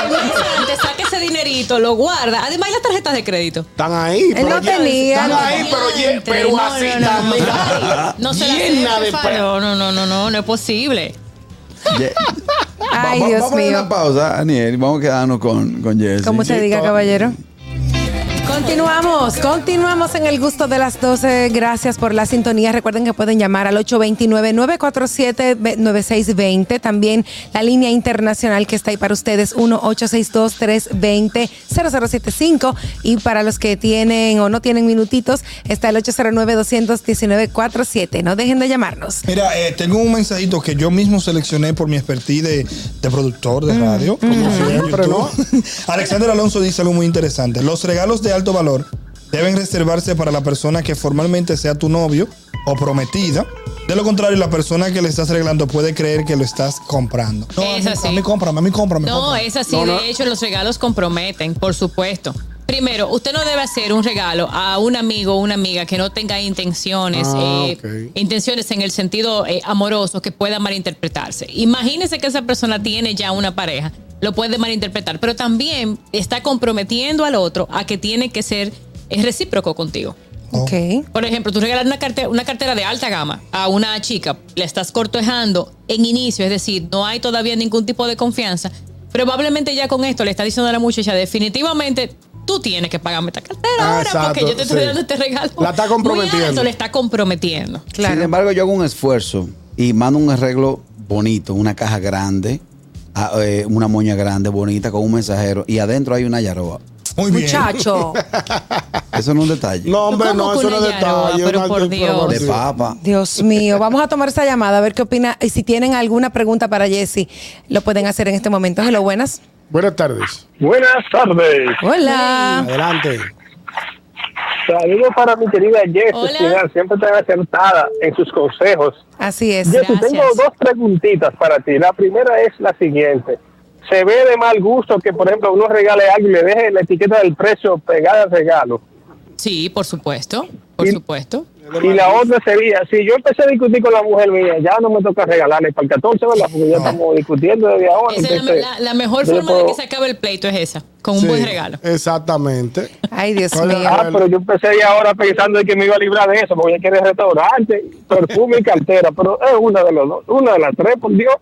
Speaker 5: mes antes saca ese dinerito, lo guarda. Además, ¿y las tarjetas de crédito.
Speaker 4: Están ahí.
Speaker 5: Él no
Speaker 4: ya-
Speaker 5: tenía,
Speaker 4: Están
Speaker 5: no
Speaker 4: ahí,
Speaker 5: tenía
Speaker 4: pero, ye-
Speaker 5: antes.
Speaker 4: pero
Speaker 5: No, no,
Speaker 4: así
Speaker 5: no,
Speaker 4: están,
Speaker 5: no.
Speaker 4: mira.
Speaker 5: No se
Speaker 4: Llena
Speaker 5: las
Speaker 4: de
Speaker 5: de
Speaker 4: pe-
Speaker 5: no, no, no, no, no, no es posible.
Speaker 2: Ay,
Speaker 3: Va- va-
Speaker 2: Dios
Speaker 3: vamos a
Speaker 2: mío.
Speaker 3: una pausa, Aniel. Vamos a quedarnos con, con Jessy.
Speaker 2: Como se diga, caballero. Continuamos, continuamos en el gusto de las 12. Gracias por la sintonía. Recuerden que pueden llamar al 829-947-9620. También la línea internacional que está ahí para ustedes, 1-862-320-0075. Y para los que tienen o no tienen minutitos, está el 809-219-47. No dejen de llamarnos.
Speaker 6: Mira, eh, tengo un mensajito que yo mismo seleccioné por mi expertise de, de productor de radio.
Speaker 4: siempre,
Speaker 6: ¿no? Alexander Alonso dice algo muy interesante. Los regalos de alto valor deben reservarse para la persona que formalmente sea tu novio o prometida. De lo contrario, la persona que le estás regalando puede creer que lo estás comprando. No, a mí,
Speaker 5: Es así.
Speaker 6: a mí cómprame, a mí cómprame.
Speaker 5: No,
Speaker 6: cómprame.
Speaker 5: es así. De hecho, los regalos comprometen, por supuesto. Primero, usted no debe hacer un regalo a un amigo o una amiga que no tenga intenciones,
Speaker 12: Ah,
Speaker 5: eh,
Speaker 12: ok.
Speaker 5: intenciones en el sentido eh, amoroso que pueda malinterpretarse. Imagínese que esa persona tiene ya una pareja, lo puede malinterpretar, pero también está comprometiendo al otro a que tiene que ser eh, recíproco contigo. Por ejemplo, tú regalas una cartera, una cartera de alta gama a una chica, la estás cortejando en inicio, es decir, no hay todavía ningún tipo de confianza. Probablemente ya con esto le está diciendo a la muchacha, definitivamente tú tienes que pagarme esta cartera
Speaker 3: Ah,
Speaker 5: ahora porque
Speaker 3: exacto,
Speaker 5: yo te estoy
Speaker 3: sí.
Speaker 5: dando este regalo.
Speaker 3: La está comprometiendo.
Speaker 5: Muy alto, le está comprometiendo.
Speaker 3: Sin embargo, yo hago un esfuerzo y mando un arreglo bonito, una caja grande, a- eh, una moña grande, bonita, con un mensajero. Y adentro hay una yaroba.
Speaker 6: Muy
Speaker 3: bien.
Speaker 2: Muchacho.
Speaker 3: Eso no es un detalle.
Speaker 4: No, hombre, no, eso no es detalle. una-
Speaker 3: De papa.
Speaker 2: Dios mío, vamos a tomar esa llamada a ver qué opina. Y si tienen alguna pregunta para Jesse, lo pueden hacer en este momento. Hello, buenas.
Speaker 4: Buenas tardes.
Speaker 15: Buenas tardes.
Speaker 5: Ah.
Speaker 2: Hola.
Speaker 4: Adelante.
Speaker 15: Saludos para mi querida Jessy, Espinal, siempre tan acertada en sus consejos.
Speaker 2: Así es.
Speaker 15: Jessy, tengo dos preguntitas para ti. La primera es la siguiente. ¿Se ve de mal gusto que, por ejemplo, uno regale a alguien y le deje la etiqueta del precio pegada al regalo?
Speaker 5: Sí, por supuesto, por supuesto.
Speaker 15: Y la otra sería, si yo empecé a discutir con la mujer mía, ya no me toca regalarle para el 14, ¿verdad? Porque ya estamos discutiendo desde ahora.
Speaker 5: Esa
Speaker 3: este,
Speaker 5: es la,
Speaker 15: entonces,
Speaker 5: la- la mejor
Speaker 15: yo le
Speaker 5: forma de
Speaker 15: puedo-
Speaker 5: que se acabe el pleito es esa, con un
Speaker 4: Sí,
Speaker 5: buen regalo.
Speaker 4: Exactamente.
Speaker 2: Ay, Dios
Speaker 15: Ah, pero yo empecé ya ahora pensando de que me iba a librar de eso, porque ya quiere restaurante, perfume y cartera, pero es una de las dos, una de las tres, por Dios.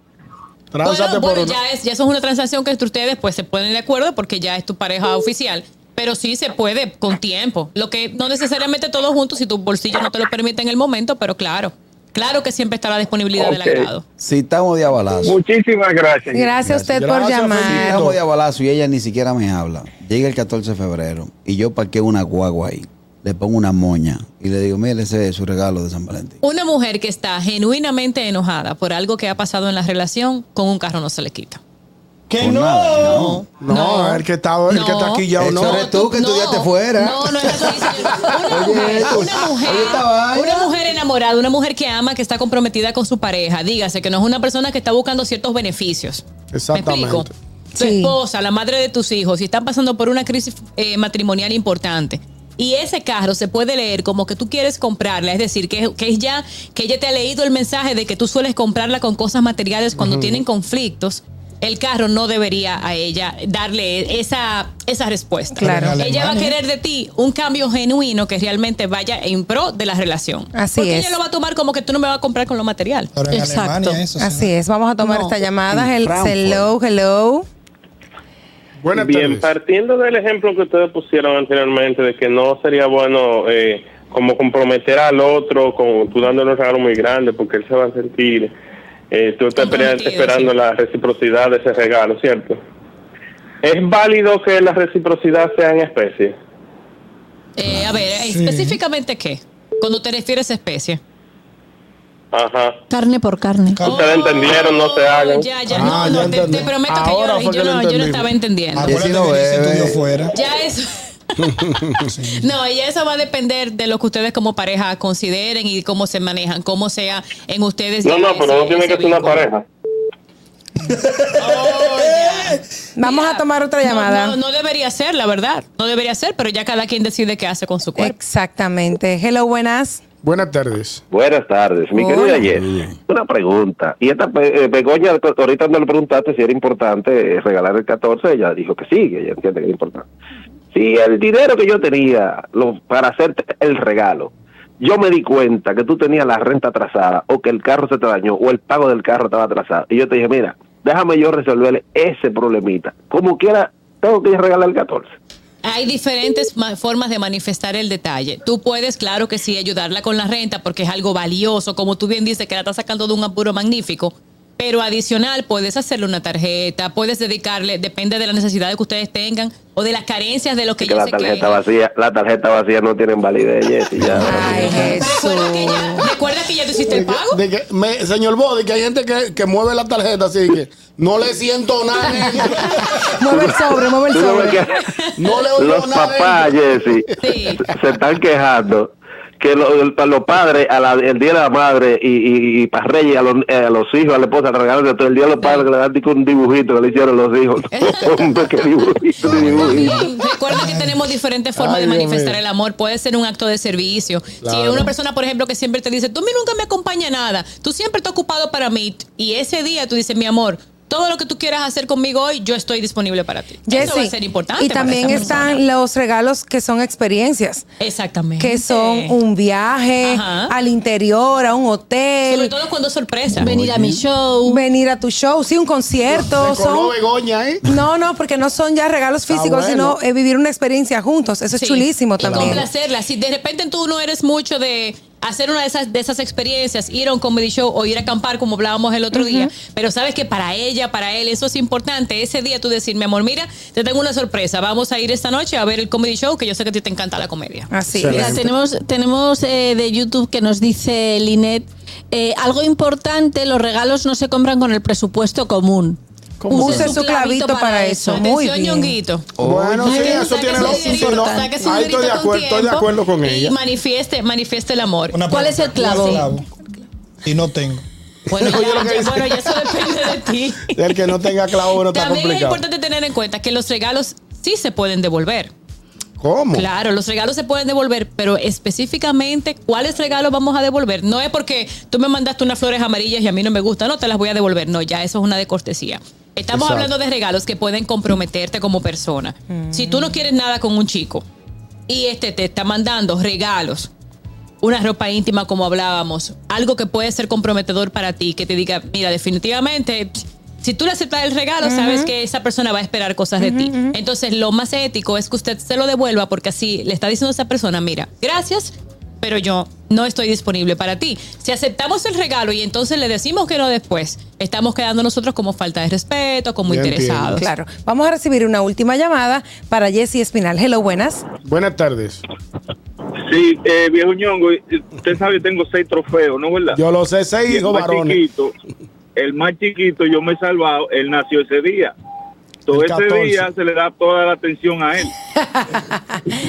Speaker 5: Bueno, bueno, ya, es, ya eso es una transacción que entre ustedes pues se ponen de acuerdo porque ya es tu pareja oficial. Pero sí se puede con tiempo. Lo que no necesariamente todos juntos, si tu bolsillo no te lo permite en el momento, pero claro. Claro que siempre está la disponibilidad del agrado.
Speaker 3: Si estamos de abalazo.
Speaker 15: Muchísimas gracias.
Speaker 5: Gracias a usted por Gracias, llamar.
Speaker 3: Si
Speaker 5: Felipito.
Speaker 3: estamos de abalazo y ella ni siquiera me habla. Llega el 14 de febrero y yo parqueo una guagua ahí. Le pongo una moña y le digo, mire, ese es su regalo de San Valentín.
Speaker 5: Una mujer que está genuinamente enojada por algo que ha pasado en la relación, con un carro no se le quita.
Speaker 4: Que
Speaker 3: no.
Speaker 4: No, no, el que está, el que está aquí ya o
Speaker 3: Eso
Speaker 4: no.
Speaker 3: eres tú que estudiaste fuera.
Speaker 5: No, no es así, señor. Una mujer, una mujer, una mujer enamorada, una mujer que ama, que está comprometida con su pareja. Dígase que no es una persona que está buscando ciertos beneficios.
Speaker 4: Exactamente.
Speaker 5: ¿Me explico? Tu esposa, la madre de tus hijos, si están pasando por una crisis eh, matrimonial importante. Y ese carro se puede leer como que tú quieres comprarla, es decir, que, que es ya que ella te ha leído el mensaje de que tú sueles comprarla con cosas materiales cuando
Speaker 12: Ujú.
Speaker 5: tienen conflictos. El carro no debería a ella darle esa, esa respuesta.
Speaker 2: Claro. Pero en
Speaker 5: Ella va a
Speaker 2: Alemania.
Speaker 5: querer de ti un cambio genuino que realmente vaya en pro de la relación.
Speaker 2: Así
Speaker 5: Porque
Speaker 2: es.
Speaker 5: ella lo va a tomar como que tú no me vas a comprar con lo material.
Speaker 2: Así es, vamos a tomar
Speaker 5: No,
Speaker 2: esta llamada.
Speaker 5: en
Speaker 2: Hel-
Speaker 5: Frankfurt.
Speaker 2: Hello, hello.
Speaker 13: Bien, partiendo del ejemplo que ustedes pusieron anteriormente de que no sería bueno eh, como comprometer al otro con tú dándole un regalo muy grande porque él se va a sentir, eh, tú estás espera- esperando la reciprocidad de ese regalo, ¿cierto? ¿Es válido que la reciprocidad sea en especie?
Speaker 5: Eh, a ver, específicamente qué? Cuando te refieres a especie.
Speaker 13: Ajá.
Speaker 7: Carne por carne.
Speaker 13: Ustedes entendieron, no se hagan.
Speaker 5: Oh, Ya, Ah, ya, no, no, te- te, prometo que Ah. yo, no- yo no, yo no estaba
Speaker 6: Ah,
Speaker 5: entendiendo. Ya eso, no, ya eso va a depender de lo que ustedes como pareja consideren y cómo se manejan, cómo sea en ustedes.
Speaker 13: No,
Speaker 5: ya
Speaker 13: no,
Speaker 5: ese- Oh,
Speaker 13: pero no tiene
Speaker 5: ese
Speaker 13: que ser una
Speaker 5: vínculo.
Speaker 13: pareja.
Speaker 2: Vamos a tomar otra llamada.
Speaker 5: No, no debería ser, la verdad. No debería ser, pero ya cada quien decide qué hace con su cuerpo.
Speaker 2: Exactamente. Hello, buenas.
Speaker 4: Buenas tardes.
Speaker 8: Buenas tardes, mi
Speaker 2: Hola.
Speaker 8: querida Jess. Una pregunta. Y esta Be- eh, Begoña, ahorita no le preguntaste si era importante eh, regalar el 14, ella dijo que sí, que ella entiende que es importante. Si el dinero que yo tenía lo- para hacerte el regalo, yo me di cuenta que tú tenías la renta atrasada o que el carro se te dañó o el pago del carro estaba atrasado. Y yo te dije, mira, déjame yo resolverle ese problemita. Como quiera, tengo que regalar el 14.
Speaker 5: Hay diferentes ma- formas de manifestar el detalle. Tú puedes, claro que sí, ayudarla con la renta porque es algo valioso, como tú bien dices, que la estás sacando de un apuro magnífico. Pero adicional, puedes hacerle una tarjeta, puedes dedicarle, depende de las necesidades que ustedes tengan o de las carencias de lo que
Speaker 8: Que
Speaker 5: ella
Speaker 8: la
Speaker 5: se queja.
Speaker 8: tarjeta vacía, la tarjeta vacía no tiene validez, Jessy, ya.
Speaker 5: ¿Recuerdas que ya tú hiciste el pago?
Speaker 4: De que me- señor Bo, de que hay gente que, que mueve la tarjeta así que no le siento nada. nene.
Speaker 2: Mueve el sobre, mueve el
Speaker 8: Tú no ves
Speaker 2: sobre.
Speaker 8: que-
Speaker 4: No le oigo
Speaker 8: los
Speaker 4: nada
Speaker 8: papás, Jessy, se están quejando que lo- el- los padres, a la- el día de la madre y, y, y para Reyes, a los, eh, a los hijos, a la esposa, le regalan de todo el día a los padres que le dan dic- un dibujito que le hicieron los hijos. Hombre, qué dibujito, qué dibujito.
Speaker 5: Recuerda que tenemos diferentes formas
Speaker 8: Ay,
Speaker 5: de
Speaker 8: Dios
Speaker 5: manifestar
Speaker 8: mío.
Speaker 5: el amor. Puede ser un acto de servicio. Si es
Speaker 8: Claro.
Speaker 5: una persona, por ejemplo, que siempre te dice, tú a mí nunca me acompaña en nada, tú siempre estás ocupado para mí. Y ese día tú dices, mi amor, todo lo que tú quieras hacer conmigo hoy, yo estoy disponible para ti. Eso va a
Speaker 2: Jessy,
Speaker 5: ser importante.
Speaker 2: y
Speaker 5: para
Speaker 2: también
Speaker 5: esa persona.
Speaker 2: están los regalos que son experiencias.
Speaker 5: Exactamente.
Speaker 2: Que son un viaje al interior, a un hotel. Sobre
Speaker 5: todo cuando sorpresa.
Speaker 2: Venir a mi show. Venir a tu show, sí, un concierto.
Speaker 4: Se coló
Speaker 2: son-
Speaker 4: Begoña, ¿eh?
Speaker 2: No, no, porque no son ya
Speaker 4: Ah,
Speaker 2: regalos
Speaker 5: Está
Speaker 2: físicos, sino
Speaker 5: bueno.
Speaker 2: eh, vivir una experiencia juntos. Eso es
Speaker 5: Sí.
Speaker 2: chulísimo
Speaker 5: Y
Speaker 2: también.
Speaker 5: complacerla. Si de repente tú no eres mucho de hacer una de esas, de esas experiencias, ir a un comedy show o ir a acampar, como hablábamos el otro día, pero sabes que para ella, para él, eso es importante. Ese día tú decir, mi amor, mira, te tengo una sorpresa. Vamos a ir esta noche a ver el comedy show, que yo sé que a ti te encanta la comedia.
Speaker 2: Así
Speaker 7: Mira, tenemos, tenemos eh, de YouTube que nos dice Linet, eh, algo importante, los regalos no se compran con el presupuesto común.
Speaker 2: Use su clavito para eso. Muy
Speaker 5: Atención,
Speaker 2: bien.
Speaker 5: Ñonguito.
Speaker 4: Bueno, sí, eso tiene lo sí, no, Ahí
Speaker 5: Saque su
Speaker 4: estoy de
Speaker 5: dinerito con
Speaker 4: acuerdo, estoy de
Speaker 5: tiempo
Speaker 4: acuerdo con ella.
Speaker 5: Y manifieste, manifieste el amor. ¿Cuál es el
Speaker 6: Un
Speaker 5: clavo?
Speaker 6: clavo. Y no tengo.
Speaker 5: Bueno,
Speaker 4: Oye, lo que
Speaker 5: ya,
Speaker 4: dice.
Speaker 5: bueno, ya eso depende de ti.
Speaker 4: El que no tenga clavo no está
Speaker 5: También es
Speaker 4: complicado.
Speaker 5: importante tener en cuenta que los regalos sí se pueden devolver.
Speaker 4: ¿Cómo?
Speaker 5: Claro, los regalos se pueden devolver, pero específicamente cuáles regalos vamos a devolver. No es porque tú me mandaste unas flores amarillas y a mí no me gusta, no te las voy a devolver. No, ya eso es una de cortesía. Estamos
Speaker 12: Exacto.
Speaker 5: hablando de regalos que pueden comprometerte como persona. Si tú no quieres nada con un chico y este te está mandando regalos, una ropa íntima como hablábamos, algo que puede ser comprometedor para ti, que te diga, mira, definitivamente, si tú le aceptas el regalo, sabes
Speaker 12: Ujú.
Speaker 5: que esa persona va a esperar cosas de
Speaker 12: Ujú,
Speaker 5: ti.
Speaker 12: ujú.
Speaker 5: Entonces, lo más ético es que usted se lo devuelva porque así le está diciendo a esa persona, mira, gracias, pero yo no estoy disponible para ti. Si aceptamos el regalo y entonces le decimos que no después, estamos quedando nosotros como falta de respeto, como interesados.
Speaker 2: Claro. Vamos a recibir una última llamada para Jessie Espinal. Hello, buenas.
Speaker 4: Buenas tardes.
Speaker 14: Sí, eh, viejo ñongo, eh, usted sabe, yo tengo seis trofeos, ¿no verdad?
Speaker 4: Yo lo sé, seis
Speaker 14: Y el
Speaker 4: hijos
Speaker 14: más
Speaker 4: varones.
Speaker 14: Chiquito, el más chiquito, yo me he salvado, él nació ese día. Todo
Speaker 4: El
Speaker 14: ese
Speaker 4: 14.
Speaker 14: día se le da toda la atención a él.
Speaker 4: Ah,
Speaker 14: bien.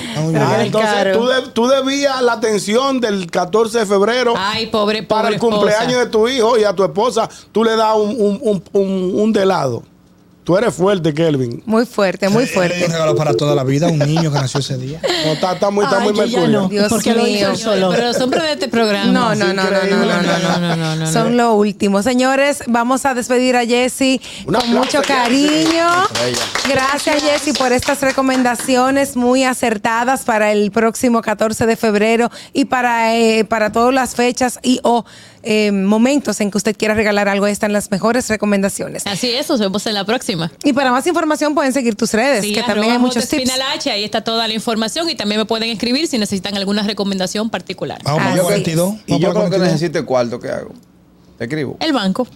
Speaker 4: entonces
Speaker 14: Caro.
Speaker 4: tú, de- tú debías la atención del 14 de febrero
Speaker 5: Ay, pobre,
Speaker 4: para
Speaker 5: pobre
Speaker 4: el cumpleaños
Speaker 5: esposa.
Speaker 4: de tu hijo y a tu esposa tú le das un, un, un, un- un de lado. Tú eres fuerte, Kelvin.
Speaker 2: Muy fuerte, muy fuerte.
Speaker 6: Eh, Un regalo para toda la vida, un niño que nació ese día.
Speaker 4: No, está, está muy, eh, está
Speaker 6: Ay,
Speaker 4: muy
Speaker 6: yo ya
Speaker 4: mercurio.
Speaker 6: no. Dios Porque lo mío. hizo él solo.
Speaker 5: Pero los hombres de este programa.
Speaker 2: No, no, no, no, no, no, no, no, Son lo último. Señores, vamos a despedir a Jessy con mucho cariño. Gracias, Jessy, por estas recomendaciones muy acertadas para el próximo 14 de febrero y para, eh, para todas las fechas y o eh, momentos en que usted quiera regalar algo. Ahí están las mejores recomendaciones.
Speaker 5: Así es, nos vemos en la próxima.
Speaker 2: Y para más información pueden seguir tus redes,
Speaker 5: Sí,
Speaker 2: que también
Speaker 5: arroba
Speaker 2: hay muchos
Speaker 5: J
Speaker 2: tips.
Speaker 5: Espinal H, ahí está toda la información y también me pueden escribir si necesitan alguna recomendación particular.
Speaker 6: Ah.
Speaker 3: Y yo que- Ah, Y yo creo que
Speaker 6: 42.
Speaker 3: necesite cuarto, ¿qué hago? Te escribo.
Speaker 5: El banco.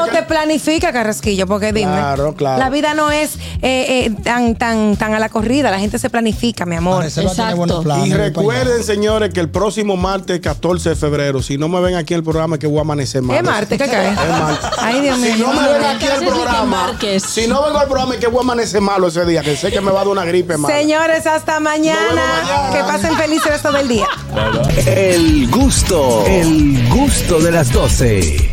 Speaker 2: o te planifica, Carrasquillo, porque dime.
Speaker 3: Claro, claro.
Speaker 2: La vida no es eh, eh, tan, tan, tan a la corrida. La gente se planifica, mi amor.
Speaker 4: Y recuerden, señores, que el próximo martes 14 de febrero, si no me ven aquí en el programa, que voy a amanecer mal.
Speaker 2: Es martes, ¿qué cae?
Speaker 4: Es martes.
Speaker 2: Ay, Dios mío.
Speaker 4: Si no me ven aquí
Speaker 2: Entonces,
Speaker 4: al
Speaker 2: ni que
Speaker 4: programa,
Speaker 2: marques.
Speaker 4: si no vengo al programa, es que voy a amanecer malo ese día, que sé que me va a dar una gripe mala.
Speaker 2: Señores, hasta mañana. Que pasen feliz resto del día.
Speaker 1: El gusto, el gusto de las 12.